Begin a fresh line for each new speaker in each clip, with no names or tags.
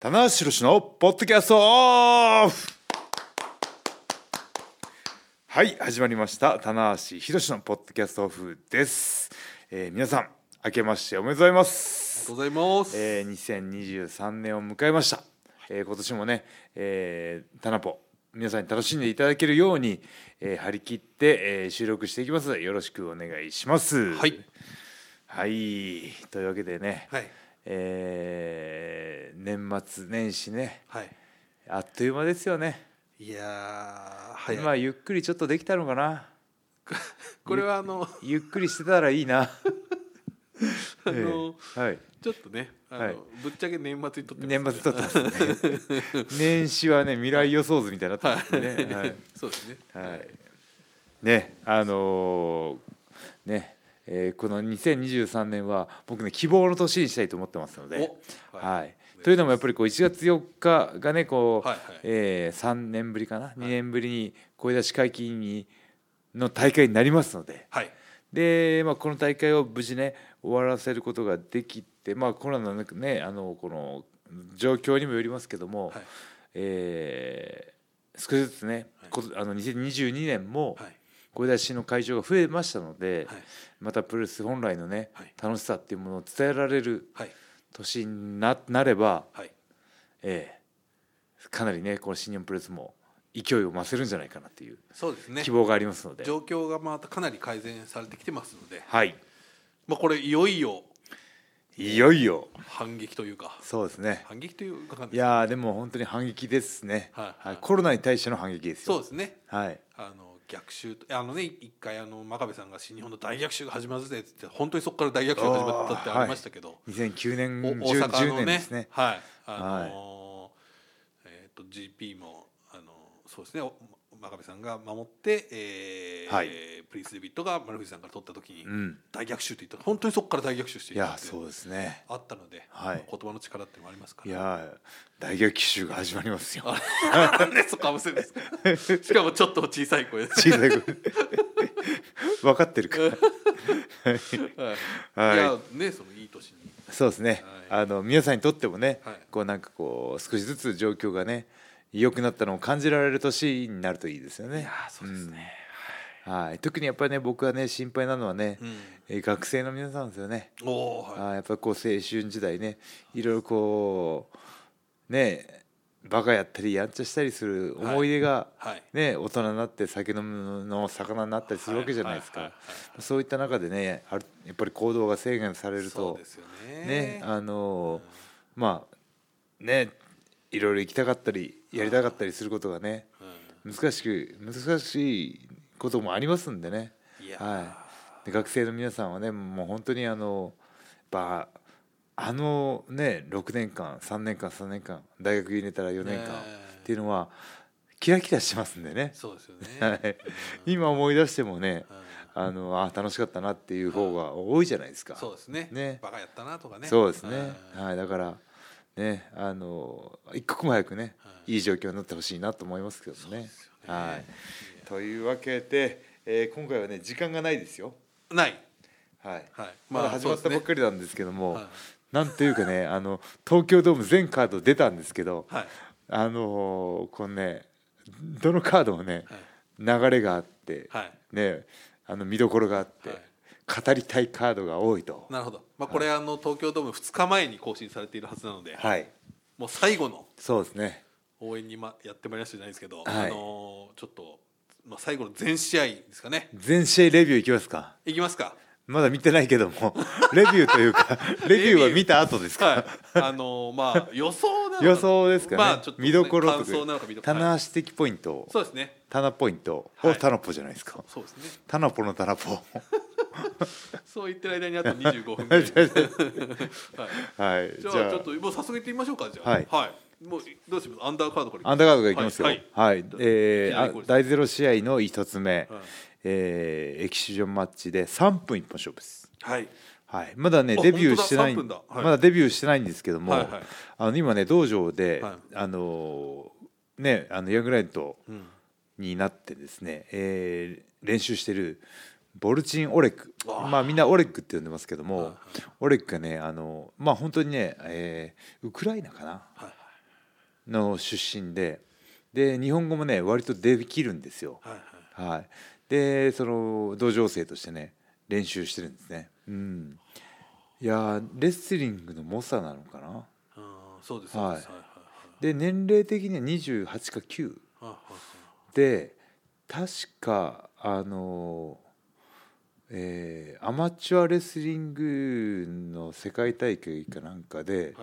棚橋宏のポッドキャストオフはい始まりました棚橋宏のポッドキャストオフです、えー皆さん明けましておめでとうございます
ございます。
えー2023年を迎えました、えー今年もね、えー、タナポ皆さんに楽しんでいただけるように、えー張り切って、えー収録していきますのでよろしくお願いします
はい、
はいというわけでね、
はい
えー年末年始ね
はい。
あっという間ですよね、
いやー、はい。
今ゆっくりちょっとできたのかな
これはあの、
ゆっくりしてたらいい な
あの、
ええはい
ちょっとね、あの、
はい
ぶっちゃけ年末に撮って
年
ます
末だったんですね 年始はね未来予想図みたいになってますね、は
はいい。そうですね。
はい、ねあのーね、えーこの2023年は僕ね希望の年にしたいと思ってますので、
お
はい
はい
というのもやっぱりこう1月4日がねこう、
はいはい
えー3年ぶりかな、2年ぶりに声出し解禁にの大会になりますので。
はい。
で、まあ、この大会を無事ね終わらせることができて、まあ、コロナの,、ね、あのこの状況にもよりますけども、
はい
えー少しずつね、
はい
ことあの2022年も
はい。
声出しの会場が増えましたので、
はい。
またプロレス本来のね、
はい
楽しさっていうものを伝えられる
はい。
年にななれば、
はい。
えーかなりねこの新日本プロレスも勢いを増せるんじゃないかなっていう
そうですね
希。望がありますので、
状況がまたかなり改善されてきてますので、
はい
まあこれいよいよ
いよいよ
反撃というか、
そうですね
反撃というかわかんない
い
です。
やーでも本当に反撃ですね、
はいはい
コロナに対しての反撃ですよ
そうですね。
はい、
あの逆襲とあのね一回あの真壁さんが新日本の大逆襲が始まるぜって言って本当にそこから大逆襲が始まったってありましたけど、
2009年 10,
お大阪の
10年
ね
ですね
はいあのーえっ、と GP もあのそうですねお真壁さんが守って、えー
はい
プリンス・デビットが丸藤さんから取った時に
うん
大逆襲って言ったら本当にそこから大逆襲して
い
いった
や
っていう
そうですね
あったので、
はい
言葉の力っていうのもありますか
い
ら。
やー大逆襲が始まりますよ
あなん でそこかぶせるんで すかしかもちょっと小さい声で
小
す、
さい 声分かってるから
はい、い
は
やねそのいい年に
そうですね、
は
あの皆さんにとってもね、
はい
こうなんかこう少しずつ状況がね良くなったのを感じられる年になるといいですよね
あそうですね、
はい特にやっぱりね僕はね心配なのはね、
うん
えー学生の皆さんですよね
おおはい
あーやっぱこう青春時代ねいろいろこうねバカやったりやんちゃしたりする思い出が、
はい
ね、大人になって酒飲むの魚になったりするわけじゃないです
はい
か
はいはい
そういった中でねあるやっぱり行動が制限される
そう
と
ですよ
ね
ね
あのーまあねいろいろ行きたかったりやりたかったりすることがね
う
難しく難しいこともありますんでね。
んいやー
はい、で学生の皆さんはねもう本当にあのやっぱあのね6年間3年間3年間大学入れたら4年間
ね
っていうのはキラキラしてますんでね、
そうですよね、
はい、今思い出してもね
うん
あのあ楽しかったなっていう方が多いじゃないですか。
そうですね
ね
バカやったなとかね
そうですね、
ん
はい、だからねあの一刻も早くね、
はい
い、い状況になってほしいなと思いますけどね。
すよね
はい、というわけで、えー今回はね時間がないですよ。
ない
はい
はい
まだ始まったばっか
り
りなんですけども、
はい
なんというか ねあの東京ドーム全カード出たんですけど、
はい
あのーこのねどのカードもね、
はい
流れがあって、
はい
ねあの見どころがあって、
はい
語りたいカードが多いと。
なるほどまあこれあの東京ドーム2日前に更新されているはずなので
はい
もう最後の
そうですね
応援にまやってまいりましたじゃないですけ
は
ど
い
あのーちょっとまあ最後の全試合ですかね
全試合レビューいきますか
いきますか
まだ見てないけど もレビューというかレビューは見た後ですか、
はい、あのーまあ予想なの
予想ですかね,、
まあちょっとね、
見どころと
感想なのか見どころ
棚橋的ポイント
そうですね
棚ポイント
は
を
い
棚ポじゃないですか、
そうですね
タナポのタナポ
そう言ってる間にあと25分ぐ らい
は
はい
い
じ
じ
ゃ
ゃ
あ
あ
ちょっともう早速行ってみましょうかじゃあ
はい
もうどうしますアンダーカードから
アンダーカードがいきますよ
は
はいい、
はい
え
い
ー
きなり
あ
これです
第ゼロ試合の一つ目、
はい
えーエキシビジョンマッチで3分一本勝負です
はい
はい、まだね
あ
デビューしてない、
本当だ3分だはい
まだデビューしてないんですけども、
はいはい
あの今ね道場で、
はい
あのーねあのヤングライト
うん
になってですね、えー練習してるボルチン・オレック
わあ
まあみんなオレックって呼んでますけども、
はいはい
オレックがねあのまあ本当にね、えーウクライナかな
はい
の出身でで日本語もね割とできるんですよ。
はいはい
はい、でその同情生としてね練習してるんですね。うん、いやーレスリングの猛者なのかな
あーそうですそうですはいはい
で年齢的には28か9
はいはい
で確かあのーえーアマチュアレスリングの世界大会かなんかで、
はいはい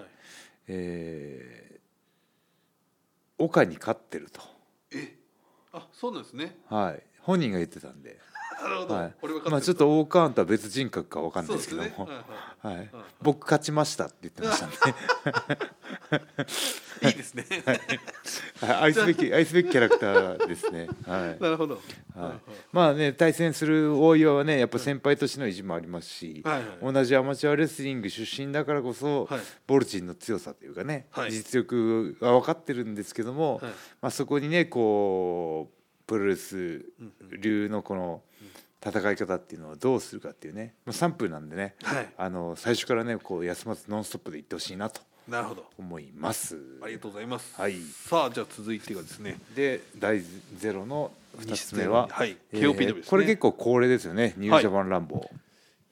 えー岡に勝ってると、
あそうなんですね
はい、本人が言ってたんで、
なるほど、
はい
俺は勝
まあ、ちょっと岡ンとは別人格かわかんない
そう
で
ですす
けども、
ねはいは
はい
うん、
僕勝ちましたって言ってました んで
いいいですね
はい愛すべき愛すべきキャラクターですね。はい
なるほど
はい、まあね対戦する大岩はねやっぱ先輩としての意地もありますし、
はいはい
同じアマチュアレスリング出身だからこそ、
はい
ボルチンの強さというかね、
はい
実力は分かってるんですけども、
はい
まあ、そこにねこうプロレス
うんうん
流のこの戦い方っていうのをどうするかっていうねもう3分なんでね
はい
あの最初からねこう休まずノンストップでいってほしいなと
なるほど
思います。
ありがとうございます、
はい
さあじゃあ続いてがですね
で第ゼロの2つ目は、
はい
え
KOPW ですね
これ結構恒例ですよねニュージャパンランボー、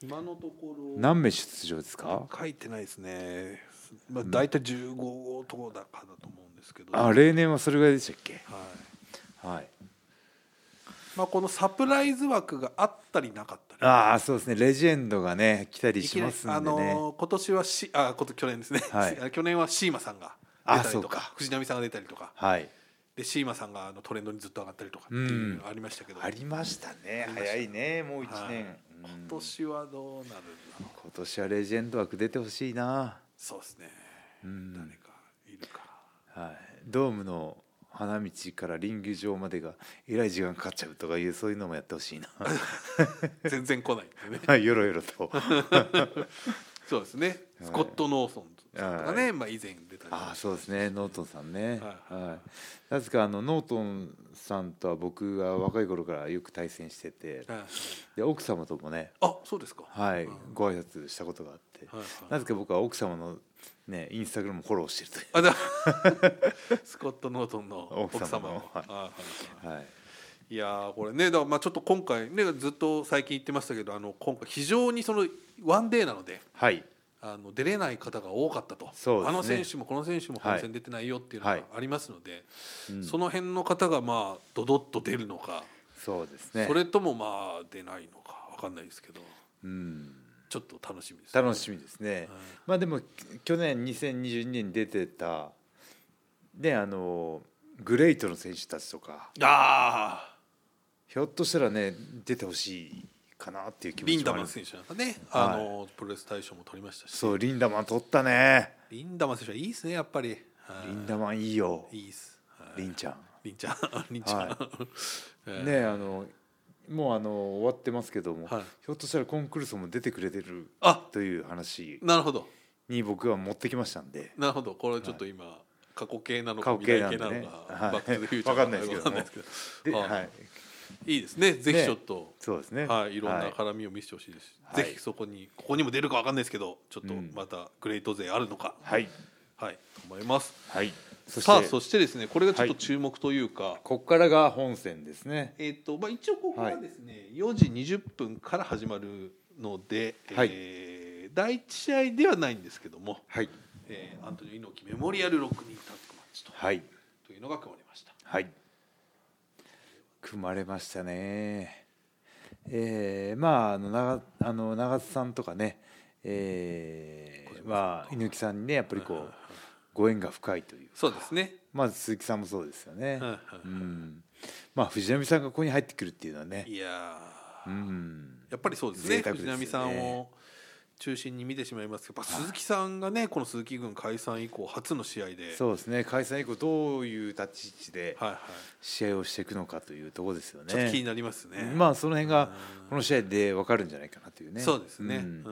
今のところ
何名出場ですか
書いてないですね、まあ、大体15号とかだかだと思うんですけど、
あ
はい
例年はそれぐらいでしたっけはい
まあ、このサプライズ枠があったりなかったり
ああそうですねレジェンドがね来たりしますんでね、
いきなりあのー今年はしあこと去年ですね、
はい
去年はシーマさんが
あ
出たり
そう
と
か
か藤波さんが出たりとか
はい
でシーマさんがあのトレンドにずっと上がったりとかっていうのがありましたけど、
ありましたね
ありました
早いねもう一年、
はい
うん
今年はどうなるの
今年はレジェンド枠出てほしいな、
そうですね、
うん
誰かいるか
はい、ドームの花道からリング場までがえらい時間かかっちゃうとかいうそういうのもやってほしいな
全然来ないんでね
はいよろよろと
そうですねスコット・ノーソンさんとかね、まあ、以前出たり
ああそうですねノートンさんね
はい
はいなぜかあのノートンさんとは僕が若い頃からよく対戦してて
はい
で奥様ともね
あそうですか
はい
うん
ご挨拶したことがあって
はいはい
なぜか僕は奥様のねインスタグラムをフォローしてるとい
あだ スコット・ノートンの
奥
奥
様
様
の
を
はい
はいはいう
はい
いやーこれねだからまあちょっと今回ねずっと最近言ってましたけどあの今回非常にそのワンデーなので
はい
あの出れない方が多かったと
そうですね
あの選手もこの選手も
はい
本戦出てないよっていうの
は
が
い
ありますので、
うん
その辺の方がまあドドッと出るのか、
そうですね
それともまあ出ないのか分かんないですけど
うん
ちょっと楽しみです、
楽しみですね、
はい
まあでもき去年2022年に出てたねあのグレイトの選手たちとか
ああ
ひょっとしたらね出てほしいかなっていう気持
リン
ちも
ダ
あり
マ
ま
ン
す
選手なんかね、
はい
あのプロレス大賞も取りましたし
そうリンダマン取ったね
リンダマン選手はいいですねやっぱりはい
リンダマンいいよ
いいですはい
リンちゃん
リンちゃんリンちゃん、
はい
ええ
ねあのもうあの終わってますけども、
はい
ひょっとしたらコンクルーソンも出てくれてる
あ
という話
なるほど
に僕は持ってきましたんで
なるほどこれはちょっと今、過去形なの
過
か
去形
未
な
来
んで
形
ね
なのか、
はい
バック・トゥ・ザ・フューチャ
わ
ー
かんないですけども
わかんないです
で、
けど
は
はい
い、
いいですねぜひちょっと、
そうですね
はい、いろん
は
ない絡みを見せてほしいですし、
はい
ぜひそこにここにも出るかわかんないですけどちょっと
うん
またグレート勢あるのか、
はい、
はい、と思います
はい、そ
さあ
して
そしてですねこれがちょっと
はい
注目というか、
ここからが本戦ですね
えっ、とまあ一応ここはですね、4時20分から始まるので、
はい
えー第一試合ではないんですけども、
はい
えーアントニオ猪木メモリアルロック人タッグマッチと
はい
というのが組まれました。
はい組まれましたねえーまああの長あの長津さんとかねえーまあ猪木さんにねやっぱりこうご縁が深いという
そうですね。
まあ鈴木さんもそうですよね、
はいはいはいう
んまあ藤波さんがここに入ってくるっていうのはね
いや
う
ー、
ん
やっぱりそうです
贅
ね。
沢です
藤
よね
波さんを中心に見てしまいますけど、やっぱ鈴木さんがね、この鈴木軍解散以降初の試合で、
そうですね解散以降どういう立ち位置で
はいはい、
試合をしていくのかというところですよね
ちょっと気になりますね。
まあその辺が
うん
この試合で分かるんじゃないかなというね。
そうですね。うんん、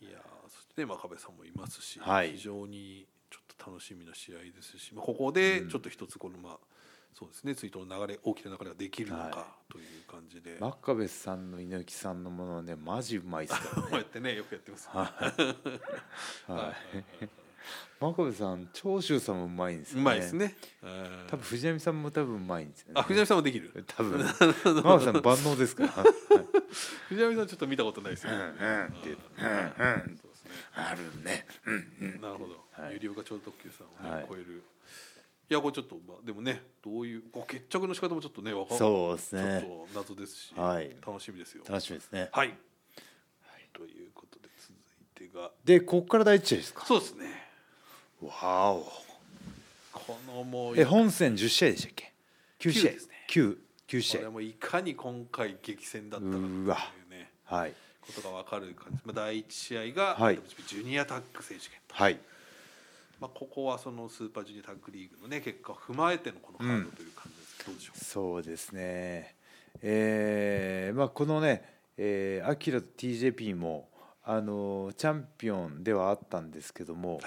いやーそしてね真壁さんもいますし、
はい
非常にちょっと楽しみな試合ですし、まあここでちょっと一つこのまあ、そうですね、ツイートの流れ大きな流れができるの
は
かという感じで、
真壁さんの猪木さんのものはねマジうまいですか
こうやってねよくやってます、ね。
ら。はい。
はい
は
はい
い。真壁さん長州さんもうまいんですよ
う
ね
まいですね。
多分藤波さんも多分うまいんですよね
あ藤波さんもできる。
多 分真壁さん万能ですからはい
藤波さんちょっと見たことないですよ。
うんうんって言う
うん
うんうん
そうですね
あるね
なるほど、
はい
有料化超特急さんをね、
はい
超えるいやこれちょっと、まあ、でもねどういうこう決着の仕方もちょっとねわか
そうです
ち
ね
ょっと謎ですし、
はい
楽しみですよはい、
楽しみですね
ということで続いてが
でここから第一試合ですか
そうですね
わお
このもう
え本戦10試合でしたっけ9試合
九ですね
9 9試
これ
合
もいかに今回激戦だったかっていう
うわ
ね
はい
ことがわかる感じ、まあ、第一試合が、
はい
WCP ジュニアタッグ選手権と、
はい
まあ、ここはそのスーパージュニアタッグリーグのね結果を踏まえてのこのカードという感じですけど、どうでしょう
そうですねえーまあこのねえーアキラと TJP もあのーチャンピオンではあったんですけども、
はい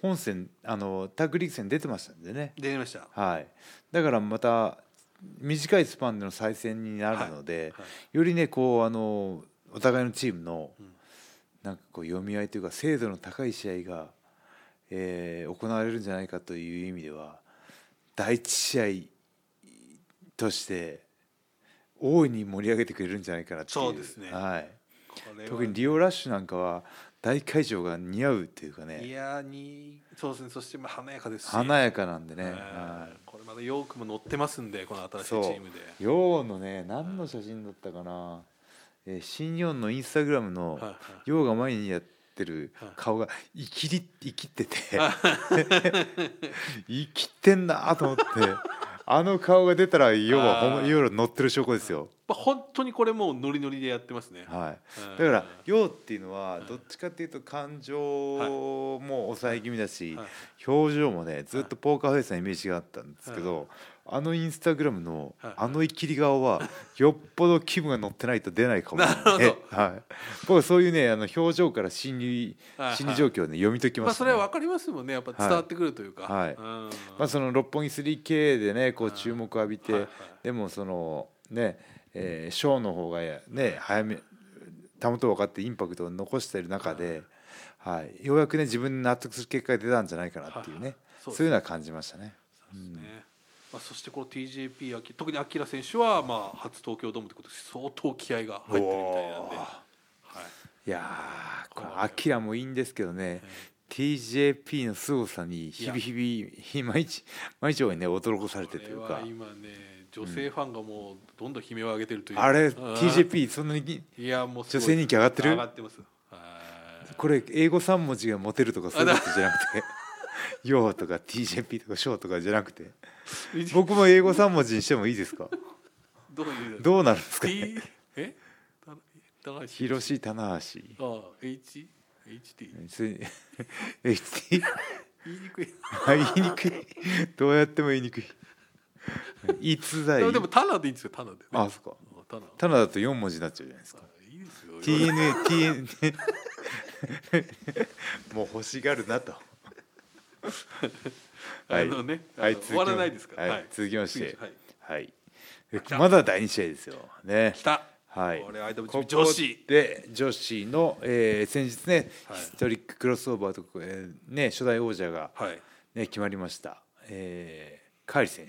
本戦あのータッグリーグ戦出てましたんでね
出ました
はい、だからまた短いスパンでの再戦になるので、
はい
よりねこうあのお互いのチームの
ん
なんかこう読み合いというか精度の高い試合が、えー行われるんじゃないかという意味では第一試合として大いに盛り上げてくれるんじゃないかなっていう
そうですね
はい、
これは
特にリオラッシュなんかは大会場が似合うというか
い
ね
やにそうですねそしてまあ華やかですし
華やかなんでね。
えー
はい
これまだヨークも乗ってますんでこの新しいチ
そう
ームで
ヨウのね何の写真だったかな、えー、新ヨウのインスタグラムの
はいはい
ヨウが前にやってる
はい
顔が生きり生きてて 生きてんなと思ってあの顔が出たらヨウはほん
あー
まヨウの乗ってる証拠ですよ、
まあ本当にこれもうノリノリでやってますね
はい、
うん
だからヨウっていうのはどっちかっていうと感情も抑え気味だし、
はい
表情もねずっとポーカーフェイスなイメージがあったんですけど、あのインスタグラムの
はい
あのいきり顔はよっぽど気分が乗ってないと出ないかもしれない、
なる
はい、僕はそういうねあの表情から心理
はいはい
心理状況をね読み解き
ま
ま
あ
した、
そ
ね
れはわかりますもんねやっぱ伝わってくるというか
はい
うん
まあ、その六本木 3K でねこう
はい
注目を浴びて、
はいはい
でもそのね、えーショーの方がやね早めたもとを分かってインパクトを残している中で、はい、ようやくね自分に納得する結果が出たんじゃないかなっていうね、
はいはいそ
そううい
ですね
うのは感じましたね。
そうですねまあそしてこの TJP あき特にアキラ選手はまあ初東京ドームということで相当気合が入ってるみたいなんで
おー
はい
いやーこれアキラもいいんですけどね、TJP の凄さに日々日々毎日毎日ね驚かされてという
これ
か
は今ね女性ファンがもうどんどん悲鳴を上げてるという
あれ
うん
TJP そんなに
いやもうすごい
女性人気上がってる
上がってますはい
これ英語3文字がモテるとかそういうことじゃなくて 「ヨー」とか「TJP」とか「ショー」とかじゃなくて僕も英語3文字にしてもいいですか
どういう
どうなるんですかね
T えた高橋
広し棚橋
ああ H HT 言
それ HT
いにくい
あ言いにくいどうやっても言いにくい言いつらい
でもでもタナでいいんですよタナでね
あそっか
うんタナ
棚だと4文字になっちゃうじゃないですか
いいですよ
TNA TNA もう欲しがるなと
あのね
はい
あの
続き
終わらないですから
はい
はい
続きまして
次はい
はいえまだ第2試合ですよね
来た
はい
これ IWGP
ここ
女子
で女子の、えー先日ね、
はい
ヒストリッククロスオーバーとか、えーね初代王者が、
はい
ね、決まりました、えー、カーリ選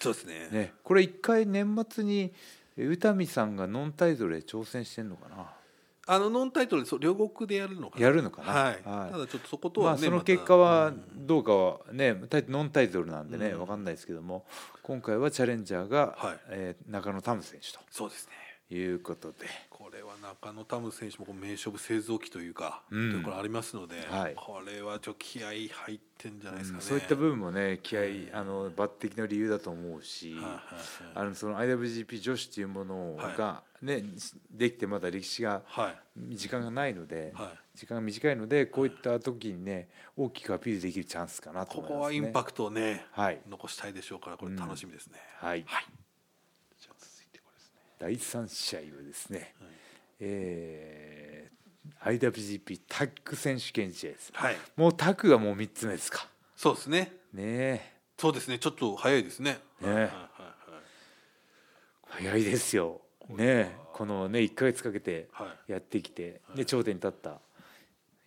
そうです
手、
ね
ね、これ一回年末にえー宇多美さんがノンタイトルで挑戦してんのかな
あのノンタイトルそう両国でやるのかな
やるのかな
はい
はい
ただちょっとそこと
ま
は
あ、
ね
その
また
結果はどうかはね、タイノンタイトルなんでね、わ分かんないですけども今回はチャレンジャーが、
はい
えー中野タム選手
そうですね
ということで
これは中野タム選手もこう名勝負製造機というか、
うん
というところありますので、
はい
これはちょっと気合い入ってんじゃないですかね。
そういった部分もね気合いあの抜擢の理由だと思うし、
はいはい
あのその IWGP 女子というものが、ねできてまだ歴史が
はいはい
時間がないので、
はい
時間が短いのでこういった時にね大きくアピールできるチャンスかなと
こ
思います、ね
こ、はインパクトをね、
はい
残したいでしょうからこれ楽しみですね。
はい、
はい。じゃあ続いてこれですね。
第3試合はですね、
はい
えー IWGP タッグ選手権試合です
はい。
もうタッグがもう3つ目ですか
そうですね。
ねえ
そうですね。ちょっと早いですね。
ね
はいはい
早いですよ。ねえこのね1ヶ月かけて
はい
やってきて、で頂点に立った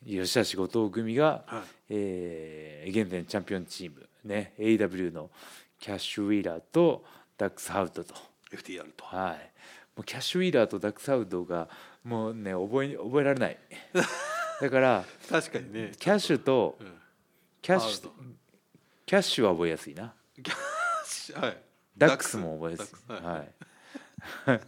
吉田仕事組が、
はい
えー現在のチャンピオンチーム、ね、AW のキャッシュウィーラーとダックスハウトと、
FTR と
はい、もうキャッシュウィーラーとダックスハウトがもうね覚え覚えられ ないだから
確かにね
キャッシュと
うん
キャッシ
ハ
ュ
ウ
キャッシュは覚えやすいな
キャッ はい
ダックスも覚えやすい、
ダックス
はい、
はい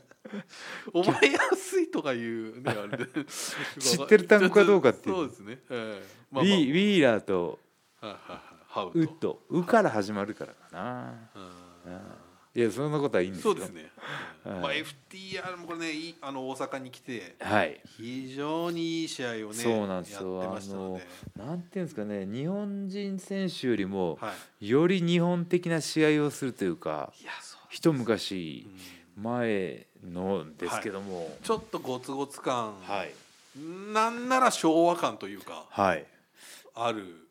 覚えやすいとかいうねあれで
知ってる単語かどうかっていう
そうですねええ
ウィウィーラーと
はいはいはいハウ
ウッ
と
ド「ウ」から始まるからかな
うん
いやそんなことはいいんです
そ
よ
うですね、
はい
まあ、FTR もこれねいいあの大阪に来て
はい
非常にいい試合をね
そうなんですよ
やってましたので
なんていうんですかね日本人選手よりも
はい
より日本的な試合をするというか
いやそう
一
う
昔
ん
前のですけども
ちょっとゴツゴツ感、
はい
なんなら昭和感というか
はい
ある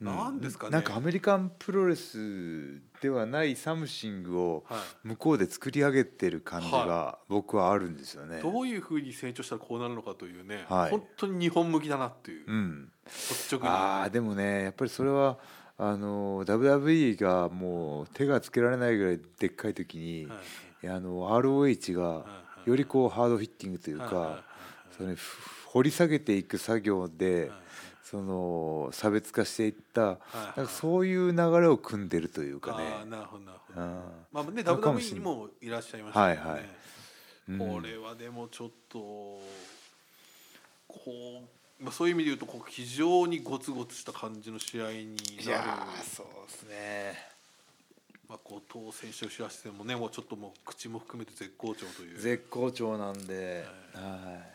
う
なんですかね
なんかアメリカンプロレスではないサムシングを
は
向こうで作り上げてる感じが
は
僕はあるんですよね
い、どういうふうに成長したらこうなるのかというね、
はい
本当に日本向きだなっていう、
うん
率直に
あーでもねやっぱりそれはあの WWE がもう手がつけられないぐらいでっかい時に、
はい
あの ROH が
はい
よりこうハードヒッティングという
はいはいは
かそれ掘り下げていく作業
い
で
はい
その差別化していった
はい
なんかそういう流れを組んでるというか
ああ
ね
なるほどなるほ
う
ど、
ん
まあね
そうかも
WWE
しれ
に
ない
もいらっしゃいましたけどね、
はいはいうん
これはでもちょっとこう、まあ、そういう意味で言うとこう非常にゴツゴツした感じの試合に
い
なる、
やーそうですね
まあ、後藤選手を知らせてもねもうちょっともう口も含めて絶好調という
絶好調なんで、はい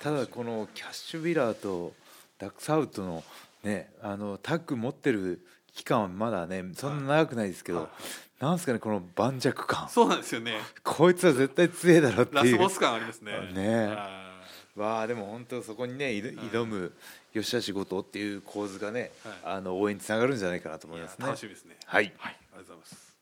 ただこ
の
のキャッシュ・ウィラーとダックスハウトの,、ね、あのタッグ持ってる期間はまだねそんな長くないですけど、
はいは
なんですかねこの盤石感
そうなんですよね
こいつは絶対強えだろって
ラ
い
ス
う
ボス感ありますね
ね
はい
わあでも本当そこにね挑挑む吉田仕事っていう構図がね、
は
あの応援につながるんじゃないかなと思います
い
ね
や楽。しみですね
はい
はい、ありがとうございます。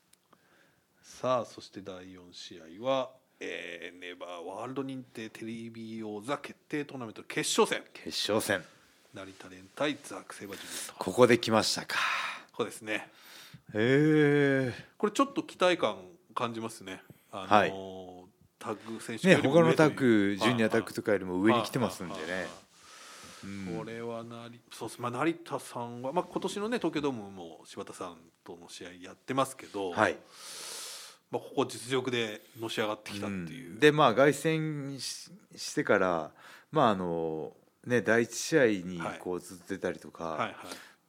さあ、そして第四試合は、えー、ネバーワールド認定テレビ王座決定トーナメント決勝戦。
決勝戦
成田連対ザックセイバージュニアと。こ
ここで来ましたか。
こですね。
へえ。
これちょっと期待感感じますね。あのータッグ選手
ね
よりも
他のタッグ
上と
ジ
いう
ュニアタッグとかよりも上に来てますんでね。
はいはいはいはい
うん
これはなりそうです、まあ、成田さんは、まあ、今年のね東京ドームも柴田さんとの試合やってますけど、
はい。
まあ、ここ実力でのし上がってきたっていう、
うんでまあ凱旋ししてからまああのね第一試合に
はい
こうずっと出たりとか、
はいはい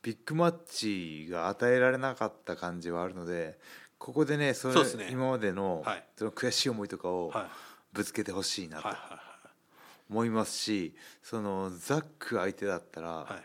ビッグマッチが与えられなかった感じはあるのでここでねそれ
そうですね
今までの,、
はい
その悔しい思いとかを
はい
ぶつけてほしいなと
はいは
思いますしそのザック相手だったら、
いはいはい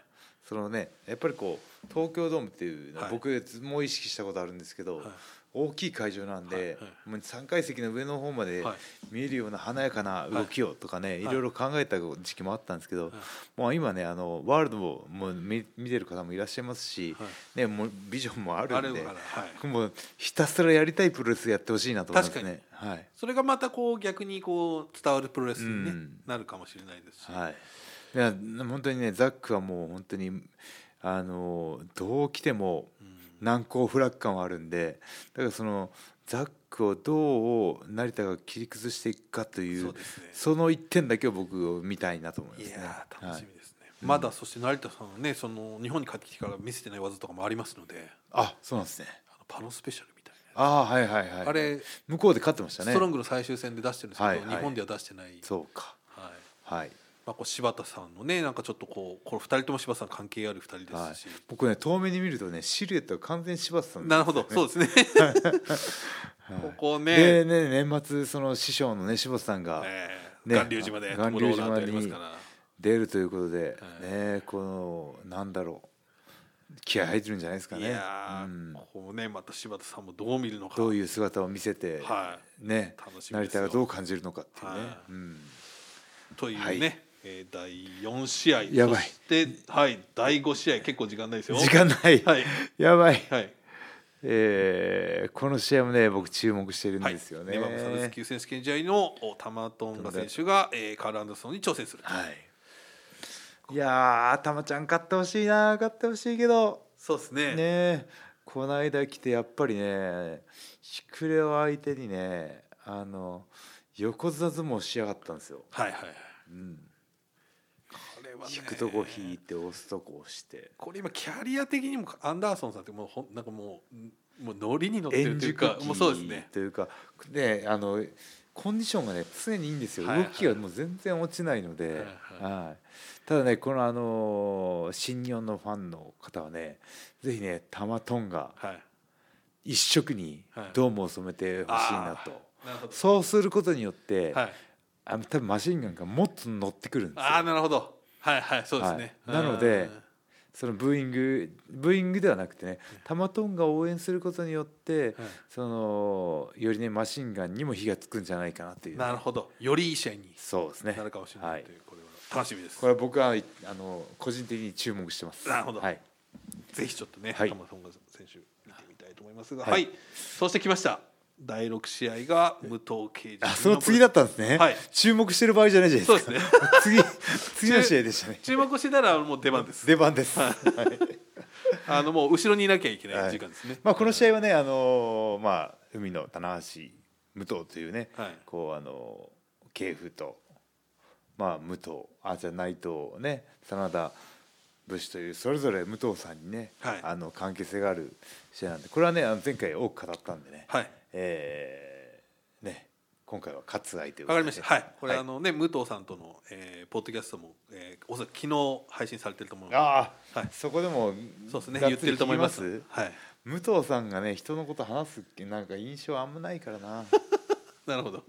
そのねやっぱりこう東京ドームっていうのは
はい
僕も意識したことあるんですけど、
はい
大きい会場なんで、
はいは
もう3階席の上の方まで
はい
見えるような華やかな動きをとかね、い、ろいろ考えた時期もあったんですけど、もう今ねあのワールドももう見見てる方もいらっしゃいますし、
はい
ね、もうビジョンもある
あ
ん
る
で
から、はい、
もうひたすらやりたいプロレスやってほしいなと思いますね。はい
それがまたこう逆にこう伝わるプロレスに、ね
うん
なるかもしれないですし、
はい、いや本当にねザックはもう本当にあのどう来ても
うん
難攻不落感はあるんでだからそのザックをどう成田が切り崩していくかという
そうですね
その一点だけを僕見たいなと思います
い
ね。
やー楽しみ
はい
ですね、まだそして成田さんはねその日本に帰ってきてから見せてない技とかもありますので
あそうなんですね。
あのパノスペシャルみたいな
あーはいはいはい。
あれ
向こうで勝ってましたね。
ストロングの最終戦で出してるんですけど、
はいはい
日本では出してない、はい
そうか
ま
はい。
あ、こう柴田さんのねなんかちょっとこうこれ2人とも柴田さん関係ある2人
は
で
い
すし、、
僕ね遠目に見るとねシルエットが完全に柴田さん
なるほどそうですね
はい
ここ
で
ね
ね年末その師匠のね柴田さんが
えー
ね
巌流島でトムローラーとやりますから
出るということで、
はい
ねこのなんだろう気合入ってるんじゃないですか
い
ね、
や
う
ー
ん
ここねまた柴田さんもどう見るのか
どういう姿を見せて、
はい
ね
楽しみで
成
すよ
田がどう感じるのかっていうね、
は
うん、
というね、
はい
えー第4試合
やばい
そして、はい、第5試合結構時間ないですよ
時間ない、
はい
やばい、
はい
えーこの試合もね僕注目してるん
はい
ですよね、
ネバーサブス級選手権試合のおタマトンガ選手が、えー、カール・アンダーソンに挑戦する、
はいいやーたまちゃん勝ってほしいな勝ってほしいけど
そうです
ね
ね
えこの間来てやっぱりねひくれを相手にねあの横綱相撲しやがったんですよ。
はいはいはい
うん、
これはね
引くとこ引いて押すとこ押して
これ今キャリア的にもアンダーソンさんってもうほんなんかもうもうノリに乗ってるというかもうそうですね
というかねあのコンディションがね常にいいんですよ
はいは
動
い
きがもう全然落ちないので、
はいは
はいただねこのあの新日本のファンの方はねぜひね玉トンが
はい
一色にドームを染めてほしいなと、
なるほど
そうすることによって、
はい
あの多分マシンガンがもっと乗ってくるんです
ああ
よ
なるほどはいはいそうですね、
はいなので
うん
そのブーイングブーイングではなくてね玉トンが応援することによって、
はい
そのよりねマシンガンにも火がつくんじゃないかなという、
なるほどよりいい試合に
そうですね
なるかもしれないという、これは楽しみです
これは僕はあの個人的に注目してます
なるほど
はい、
ぜひちょっとね、
はい
玉田本選手見てみたいと思いますが、
は
はいい、そして来ました第六試合が武藤敬司
あその次だったんですね、
はい
注目してる場合じゃないじゃないですか
そうです
次次の試合でしたね
注目してたらもう出番です
出番です、はい
あのもう後ろにいなきゃいけない時間ですね、
まあ、この試合はね、あのーまあ、海の棚橋武藤というね、
はい
こうあのー系譜と、まあ、武藤あじゃあ内藤ね真田武士というそれぞれ武藤さんにね、
はい
あの関係性がある試合なんでこれはねあの前回多く語ったんでね,、
はい
えーね今回は勝つ相手を
わかりました。はい、これ、
はい
あのね、武藤さんとの、えーポッドキャストも、えー、おそらく昨日配信されてると思うので。
ああ、
はい
そこでも
そうですね、
が
言っ
つ
て
り
ると思います。
聞き
はい、
武藤さんがね人のこと話すってなんか印象あんまないから な。
なるほど。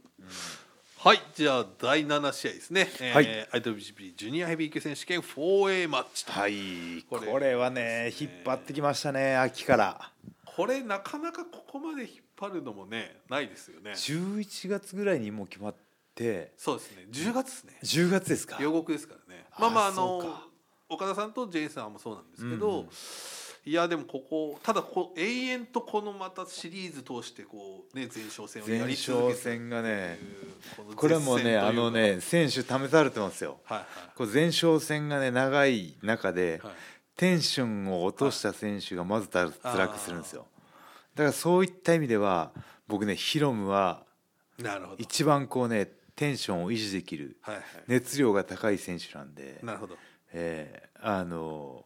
はい、じゃあ、第七試合ですね。えー
は
IWGP ジュニアヘビー級選手権 4A マッチと。
はい、こ
こ
れ
れ
はね
です
引っ
ね
張ってきましたね秋から
これ、なかなかここまで引っ張るのもね、ないですよね。
11月ぐらいにもう決まって
そうですね、10月ですね。
10月ですか
両国ですからね。
あ
まあまあ、あ
そう
の
か、
岡田さんとジェイさんもそうなんですけ
うん
ど。
うん
いやでもここただここ永遠とこのまたシリーズ通してこうね前哨戦を
前
やり続
哨
けてる
戦がね
っていう
これはもうねあ
こ
の
の絶
ね選手試されてますよ
戦というかはい
こう前哨戦がね長い中で、
はいはい
テンションを落とした選手がまずた辛くするんですよだからそういった意味では僕ねヒロムは
なるほど
一番こうねテンションを維持できる
はいは
熱量が高い選手なんで
いなるほど
えーあの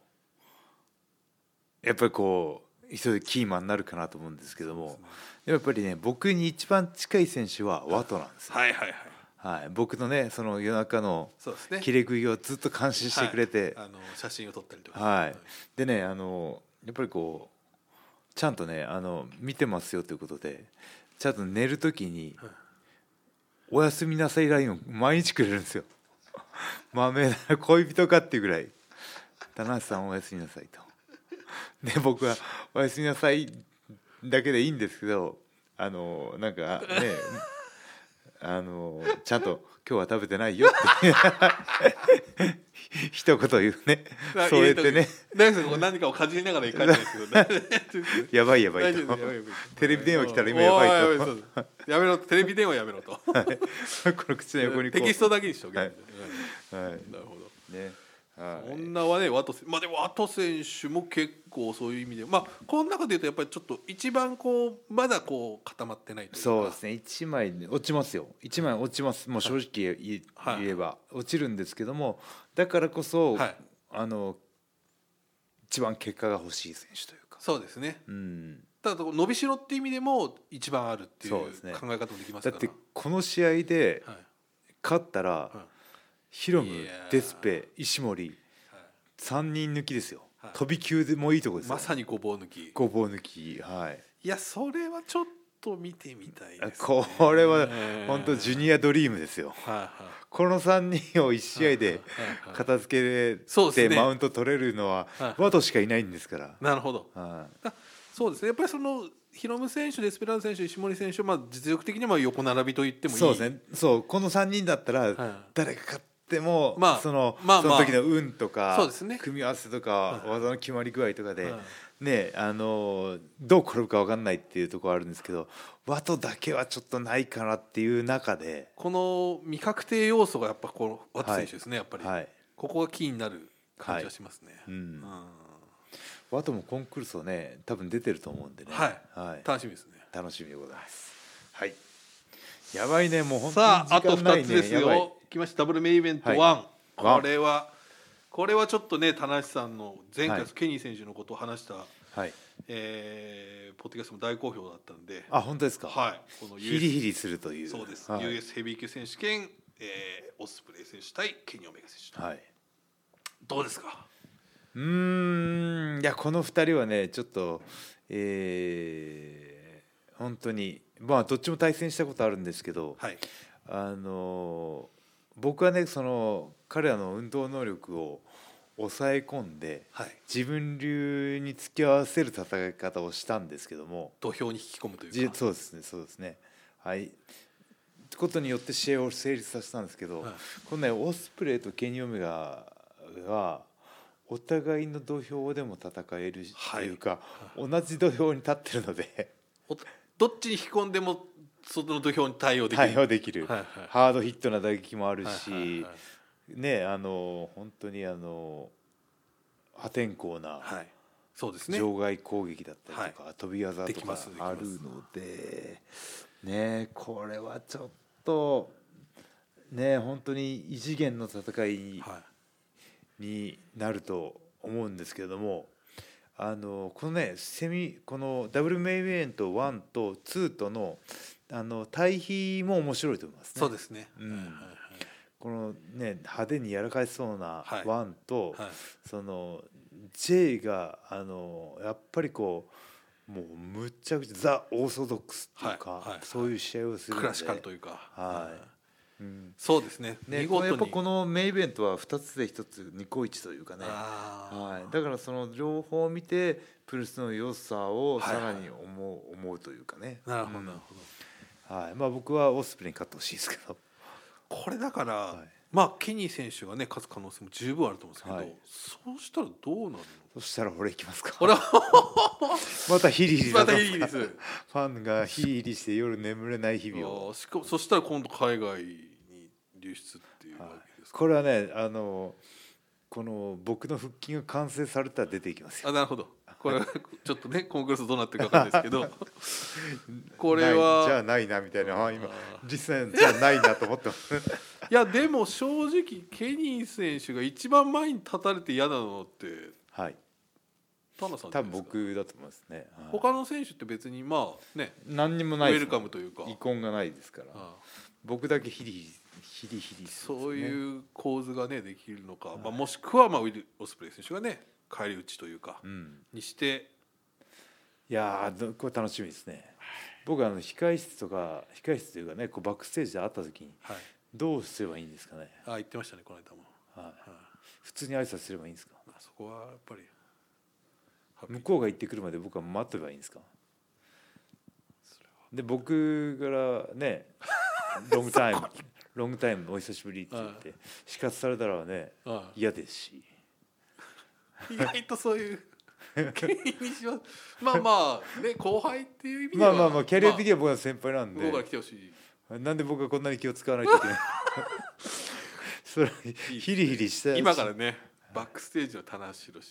やっぱりこう一人でキーマンになるかなと思うんですけどもでもやっぱりね僕に一番近い選手はワトなんですよ、
はいはいはい
はい、僕のねその夜中の
そうですね
切れ食いをずっと監視してくれて、
はいあの写真を撮ったりとか
はいでねあのやっぱりこうちゃんとねあの見てますよということでちゃんと寝る時に
はい
「おやすみなさい」ラインを毎日くれるんですよ。 まめな恋人かっていうぐらい「田中さんおやすみなさい」と。で僕は「おやすみなさい」だけでいいんですけどあのなんかねあのちゃんと「今日は食べてないよ」って 一言言うね
な
そうやって
入れ
ね
とく大輔さんこう何かをかじりながら行かれて るんですけど
やばいやばい
大丈
と
夫ですやばいやばい
テレビ電話来たら今やばいと
おーそうですやめろテレビ電話やめろと
この口の横にこう
テキストだけにしとけ
はい
うん
はい
なるほど
ねはい
女はねワト選手まあでもワト選手も結構そういう意味でまあこの中でいうとやっぱりちょっと一番こうまだこう固まってないというか
そうですね1枚ね落ちますよ1枚落ちますもう正直言え
はい
言えば落ちるんですけどもだからこそ、
はい
あの一番結果が欲しい選手というか
そうですね
うん
ただ伸びしろっていう意味でも一番あるっていう
そう
考
です
え
ね
方もできます
だ
か
っ
ら
てこの試合で
はい
勝ったら、
はい
ヒロム
いやー
デスペ石森
はい
3人抜きですよ、
はい
飛び級でもいいとこですよ
まさにごぼう抜き
ごぼう抜きはい
いやそれはちょっと見てみたいです、ね、
これは
えー
本当ジュニアドリームですよ
はいはい
この3人を1試合で
はいはい
片付
そう
けて
ですね
マウント取れるのは
はい
ワトしかいないんですから、
なるほど
は
だそうですねやっぱりそのヒロム選手デスペラード選手石森選手、まあ、実力的にはまあ横並びと言って
い、
もいい
そうですねそうこの3人だったら
い
誰が勝っても、
まあ
その
まあ
そ
ま
の
あ
時の運とか
そうですね
組み合わせとか、
はい
技の決まり具合とかで、
はい
ねあのーどう転ぶか分かんないっていうところあるんですけどワトだけはちょっとないかなっていう中で、
この未確定要素がやっぱこのワット選手ですね、やっぱり、
はい、
ここがキーになる感じはしますね、
う
うんん、
あともコンクルールはね多分出てると思うんでね
はい
はい、
楽しみですね
楽しみでございますはいやばいねもう本当に
さああと
時間ないね
2つです
やばい
よ来ましたダブルメインイベント1、
ワン
これはこれはちょっとね田無さんの前回、
はい
ケニー選手のことを話した、
はい
えーポッドキャストも大好評だったんで
あ本当ですか、
はいこの
ヒ
US,
リヒリするという
そうです、
はい
US ヘビー級選手権、えーオスプレイ選手対ケニー・オメガ選手、
はい、
どうですか
うーんいやこの2人はねちょっとえー本当にまあどっちも対戦したことあるんですけど、
はい
あの僕はねその彼らの運動能力を抑え込んで
はい
自分流に突き合わせる戦い方をしたんですけども
土俵に引き込むとい
じ
うか
そうですねそうですねはいことによって試合を成立させたんですけど、
はい
このねオスプレイとケニーオメガはお互いの土俵でも戦えるし
はい
というか、同じ土俵に立ってるの で
おどっちに引き込んでもその土俵に対応できる、
対応できる、
はいはい
ハードヒットな打撃もあるし、
はいはいはい
ねあの本当にあの破天荒な
はい、そうですね
場外攻撃だったりとか、飛び技
で
と
き
か
ますできま
あ
す
るのでねこれはちょっとね本当に異次元の戦い
は
になると思うんですけれどもあのこのねセミこのダブルメインイベント1と2とのあの対比も面白いと思います
い、
ね。
そうですね、
うん
はい
このね派手にやらかしそうな
はい
ワンと、
はいはい
その J があのやっぱりこうもうむっちゃくちゃザ・オーソドックスっていうか、
はいはい
そういう試合をするの
ク
で
ラシカルというか、
はい
うん
うん
そうですね
ね、
見
こ
事
の
に
やっぱこのメインイベントは2つで1つニコイチというかね、
あー
はい、だからその両方を見てプルスの良さを
はい
さ
はい
らに思う,、思うというかね
なるほど
うん
なるほど、
はいまあ、僕はオスプレイに勝ってほしいですけど、
これだから、
い
まあケニー選手がね勝つ可能性も十分あると思うんですけど、
はい
そうしたらどうなる
そ
の
したら俺行きますか
俺
またヒリヒリ
ま
だ
たいいです
ファンがヒリヒリして夜眠れない日々を
よしかもそしたら今度海外に流出っていうわけですか、
これはねあのこの僕の腹筋が完成されたら出ていきますよ
あなるほどこれはちょっとねコンクルールどうなってるかわかんないですけ どこれ
ないじゃ
は
あないなみたいなあ今
あー
実際じゃあないなと思ってます
いやでも正直ケニー選手が一番前に立たれて嫌なのって
はい
田野さんじ
多
ゃな
分
いですか
僕だと思いますね、はい
他の選手って別にまあね
何にも
ウ
ない
ェ
で
ル
す
カムというか
遺恨がないですから
ああ
僕だけヒリヒリヒリヒリするんですね、
そう
う
いう構図がねできるのか、まあ、もしくは、まあ、ウィル・オスプレイ選手がね返り討ちというか、
ん
にして
いやーどこれ楽しみですね僕あの控室とか控室というかねこうバックステージで会った時に
はい
どうすればいいんですかね、
あ言ってましたねこの間も、
はい、
はい
普通に挨拶すればいいんですか
まあ、そこはやっぱりハッピー
向こうが行ってくるまで僕は待ってばいいんですかで僕から ねロングタイムロングタイムお久しぶりって言って死活されたらね
ああ
嫌ですし
意外とそういう権威にしますまあまあね後輩っていう意味で
ま
は
あまあまあキャリア的
に
には僕は先輩なん
向こ
で
うから来てほしい
なんで僕はこんなに気を使わないとい けないそれヒリヒリした
今からねバックステージの棚橋宏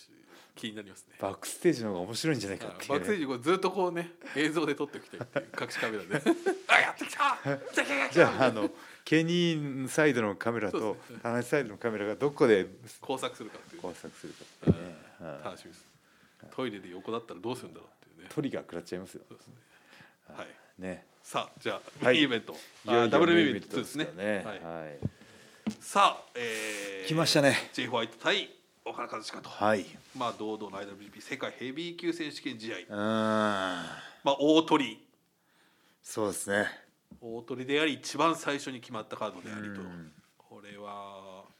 気になりますね
バックステージの方が面白いんじゃないか
バ
って
ックステー
いう
ジこうずっとこうね映像で撮っておきたい っていう隠しカメラで「あやってき た!」
じゃああのケニーサイドのカメラ
そう
と
です
田中サイドのカメラがどこで
工作するかっていう
交錯するかっていうね、はい
楽しみですトイレで横だったらどうするんだろうっていうね
トリガー食らっちゃいますよ
そうですねはい
ね
さあじゃあ、
はい
メインイベントあ
いよいよ
ダブルメインイベ
メインイベ
ン
ン
ト
ト
2
で
です
すか
ね
ね
はい
はい
さあ、えー、
来ましたね
J ホワイト対岡田和親と、
はい
まあ堂々の IWGP 世界ヘビー級選手権試合、
うーん
まあ大取り
そうですね
大取りであり一番最初に決まったカードでありと
うん
これはい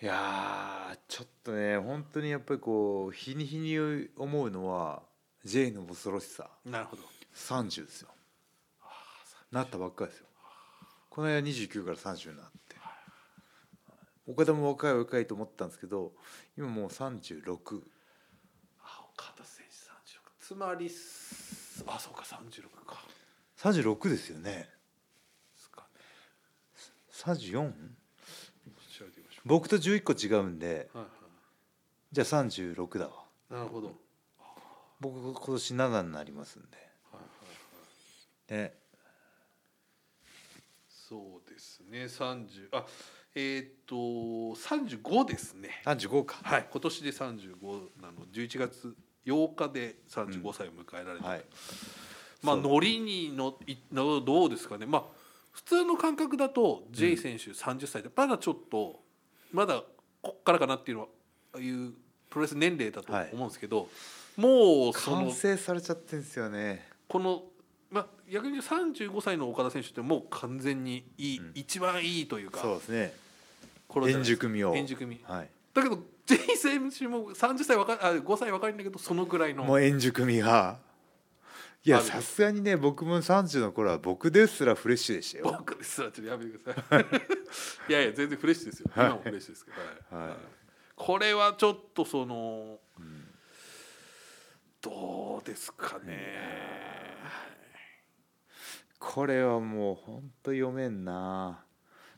やーちょっとね本当にやっぱりこう日に日に思うのは J の恐ろしさ
なるほど
30ですよなったばっかりですよこの間29から30になって岡田も若い若いと思ったんですけど今もう36
あ岡田選手36つまりすあそうか36か
36ですよね
ですかね
34
調べてみましょ
僕と11個違うんで
はいは
じゃあ36だわ
い、なるほど、はい
僕今年7になりますん
はい、
でね
そうですね30あえっ、と35ですね
35か
はい、今年で35なの11月8日で35歳を迎えられて、
はい
まあ
そう
乗りにのいのどうですかねまあ普通の感覚だと J 選手30歳で、まだちょっとまだこっからかなっていうのはいうプロレス年齢だと
はい
思うんですけど、もうそ
完
の
成されちゃってんですよね
この、まあ、逆に言うと35歳の岡田選手ってもう完全にいい、
うん
一番いいというか
そうですね
頃じゃ
円
ないです
熟味を
円熟味
はい
だけど J 選手も30歳若いあ5歳若いんだけどそのぐらいの
もう円熟味がいや
ある
さすがにね僕も30の頃は僕ですらフレッシュでしたよ
僕ですらちょっとやめてくださいいやいや全然フレッシュですよ今もフレッシュですけど、
はい
これはちょっとその、どうですかね
これはもうほんと読めんな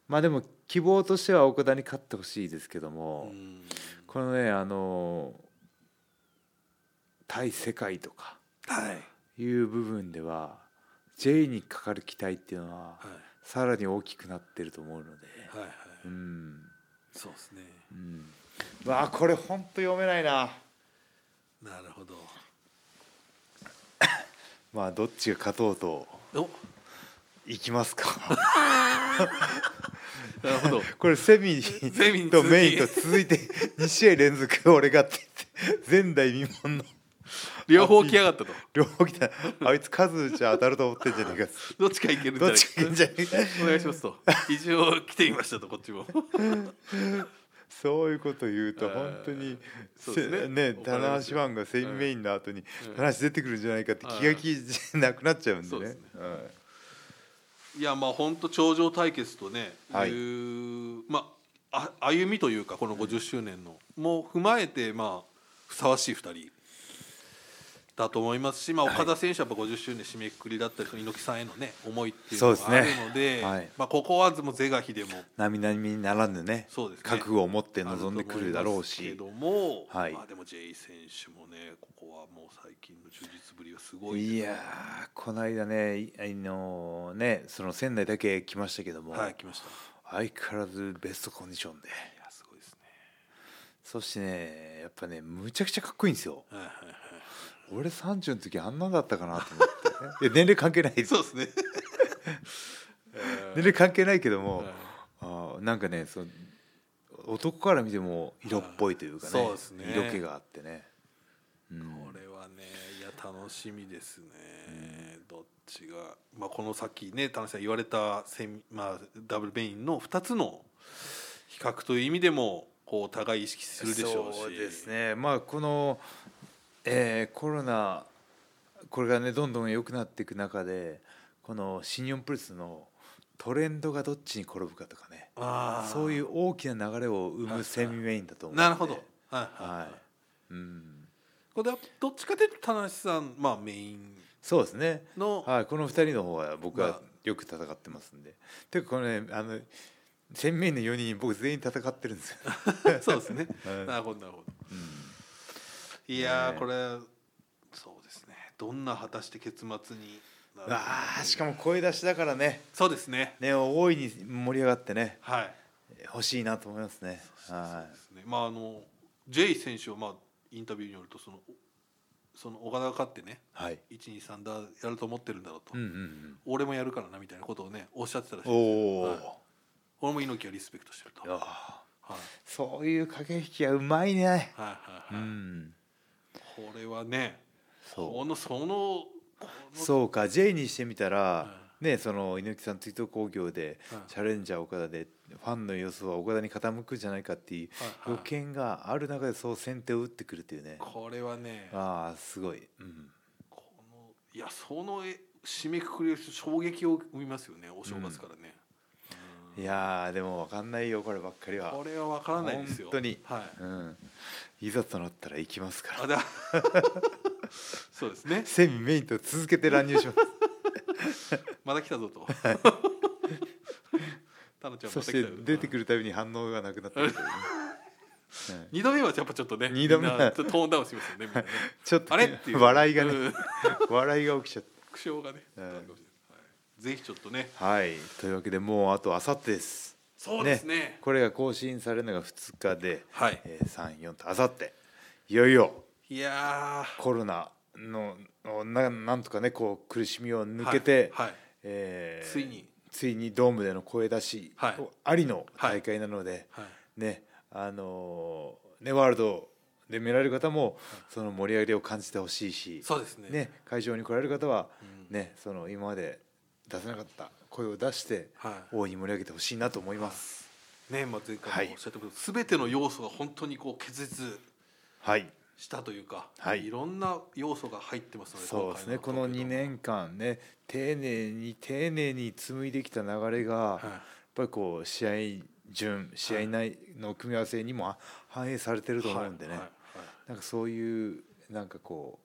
まあでも希望としては岡田に勝ってほしいですけど
う
も、
ん
このねあの対世界とか
はい、
いう部分では J にかかる期待っていうのは
はい
さらに大きくなってると思うので、
はいはい
うん
そうですね
うんわあこれほんと読めないな
なるほど
まあどっちが勝とうと
お
いきます か
なるほど
これセミ
ゼミに
と
続き
メインと続いて2試 合連続俺がって言って前代未聞の
両方来やがっ たと
両方来たあいつ数打ちゃ当たると思ってんじゃねえか
どっちかいけるんじ
ど
ゃな
っ
い
ちかいいんじゃねえか
お願いしますと一応来てみましたとこっちも
そういうこと言うと
あー
本当に
そうですね
せね
お金
棚
持ち
橋ファンがセミメインの後に
うん
棚橋出てくるんじゃないかって気が気じゃなくなっちゃうんで
そうで
ね
すね
うん
いやまあ本当頂上対決とね、
はい
いうまああ歩みというかこの50周年の、もう踏まえてまあふさわしい2人だと思いますし、まあ、岡田選手はやっぱ50周年締めくくりだったりその猪木さんへのね思いっていうの
そ
が
うで
あ
すね
るので
はい
まあ、ここはもう是が非でも
並々ならぬね
そうですね
覚悟を持って臨んでくるだろう
ある
し
と思いますけども、
はい
まあ、でも J 選手もねここはもう最近の充実ぶりがすごい
い
です
やーこの間ねいあのねその仙台だけ来ましたけども
はい来ましたい
相変わらずベストコンディションで
やすごいです
そしてねやっぱねむちゃくちゃかっこいいんですよ
ね、はいはいはい、
俺30の時あんなんだったかなと思ってね いや年齢関係ないです
そうですねえ
年齢関係ないけども、
ーはい
あーなんかねその男から見ても色っぽいというかね,、
はいそうですね
色気があってね、うん
これはねいや楽しみですね、どっちが、まあ、このさっきね田中さん言われたセミ、まあ、ダブルメインの2つの比較という意味でもこうお互い意識するでしょうし
そうですねまあこの、えーコロナこれがねどんどん良くなっていく中でこの新日本プロレスのトレンドがどっちに転ぶかとかね
あー
そういう大きな流れを生むセミメインだと思うんで
なるほど、はいはいは
はいいうん、
これはどっちかというと田中さん、まあ、メイン
そうですね
の、
はい、この二人の方は僕
まあ
はよく戦ってますんで。てかこのねあの鮮明の4人僕全員戦ってるんです よ。
そうですね、
はい
なるほどなるほど
うん
いやー、
ね
これそうですねどんな果たして結末になるのか
ああしかも声出しだからね
そうですね
ね大いに盛り上がってね
はい
欲しいなと思いますね。は
ですね。まああの J 選手はまあインタビューによるとそのその岡田が勝ってね
いはい。
一二三だやると思ってるんだろうと、
うんうんうん。
俺もやるからなみたいなことをねおっしゃってたらしい
お
です
お、
はい俺も猪木はリスペクトしてると。
い
はい
やあそういう駆け引きはうまいね。
はいはい、
う
はい
ん。
これはね
そ
このその
うそうか J にしてみたら、
は
ねその猪木さん追悼興行で
はい
チャレンジャー岡田でファンの予想は岡田に傾くんじゃないかっていう
はいは
予
い
見がある中でそう先手を打ってくるっていうね
これはね
ああすごい、うん、
このいやそのえ締めくくりを衝撃を生みますよねお正月からね。うん
いやーでも分かんないよこればっかりは
こ、れはわからないですよ。
本当に
はい。
うん、いざとなったら行きますから
あだ そうですね
セミメインと続 けて乱入します
まだ来たぞとタナちゃん
そして出て
る
くるたびに反応がなくなったみたいなねはい
二度目はやっぱちょっとね
二度目は
みんなちょっとトーンダウンしますよねみ んなね
ちょっと
あれっていう
笑いがね
うん
笑いが起きちゃっ
苦笑がね、
うん
あるかもしれないはいぜひちょっとね
たはいというわけでもうあとあさってです
そうですね
これが更新されるのが2日で、
はい
えー、34とあさっていよいよ
いや
コロナののななんとかねこう苦しみを
ー
抜けて、
はいはい
えー
ついに
ついにドームでの声出し、
はい
ありの大会なので、
はい
ねあのーねワールドで見られる方もその盛り上がりを感じてほしいし、
そうですね
ね、会場に来られる方は、ねその今まで出せなかった声を出して、
はい
大いに盛り上げてほしいなと思います。
ねまあ、前
は
回
い
もおっしゃったけど、すべての要素が本当にこう結実
はい
したというか、
はい
ろんな要素が入ってますので
そうですねこ
今
の
回
2年間ね丁寧に丁寧に紡いできた流れが、
東京
やっ
は
ぱりこう試合順試合内の組み合わせにもあ反映されてる
い
と思うんでね、
はい
なんかそういうなんかこ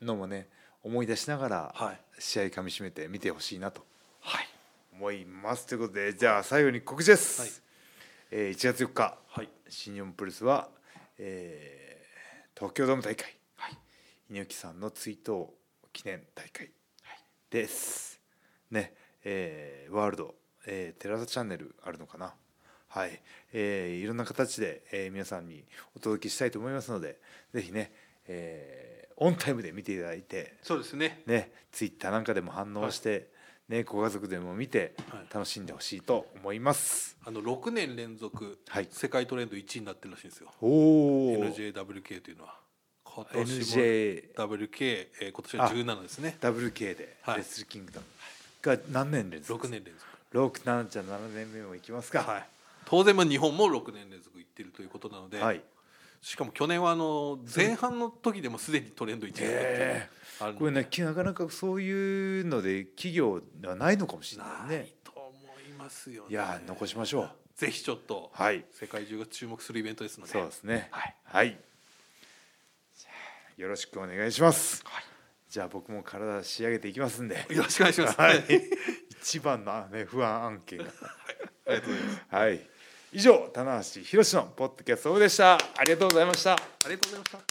うのもね思い出しながら
はい
試合かみしめて見てほしいなと
はい
思いますということでじゃあ最後に告知です、
はい
えー1月4日
はい、はい
新日本プロレスは、えー東京ドーム大会
はい
猪木さんの追悼記念大会です。ね、えーワールド、えー、テラサチャンネルあるのかな。はい、えーいろんな形で、えー皆さんにお届けしたいと思いますので、ぜひね、えーオンタイムで見ていただいて、
そうですね
ね、ツイッターなんかでも反応して、ね、ご家族でも見て
はい
楽しんでほしいと思います。
あの6年連続、
はい
世界トレンド1位になってるらしいんですよ
おお、
NJWK というのは今年
NJ
も WK、えー、今年は17ですね
ダブル K で、
はい
レッスルキングダムが何年連
6
続？
年連続
六七じゃ七年目も行きますか。
はい、当然まあ日本も6年連続いってるということなので、
はい
しかも去年はあの前半の時でもすでにトレンド1位だったっていう
え
あるので
これねきなかなかそういうので企業ではないのかもしれない
ない
ね。
と思いますよね
いやー残しましょう。
ぜひちょっと
はい。
世界中が注目するイベントですので
そうですね。
はい、
はい。よろしくお願いします。じゃあ僕も体仕上げていきますんで。
よろしくお願いします、
はい。一番のね不安案 件が。
ありがとうございます
はい。以上棚橋弘至のポッドキャストオフでした。ありがとうございました。
ありがとうございました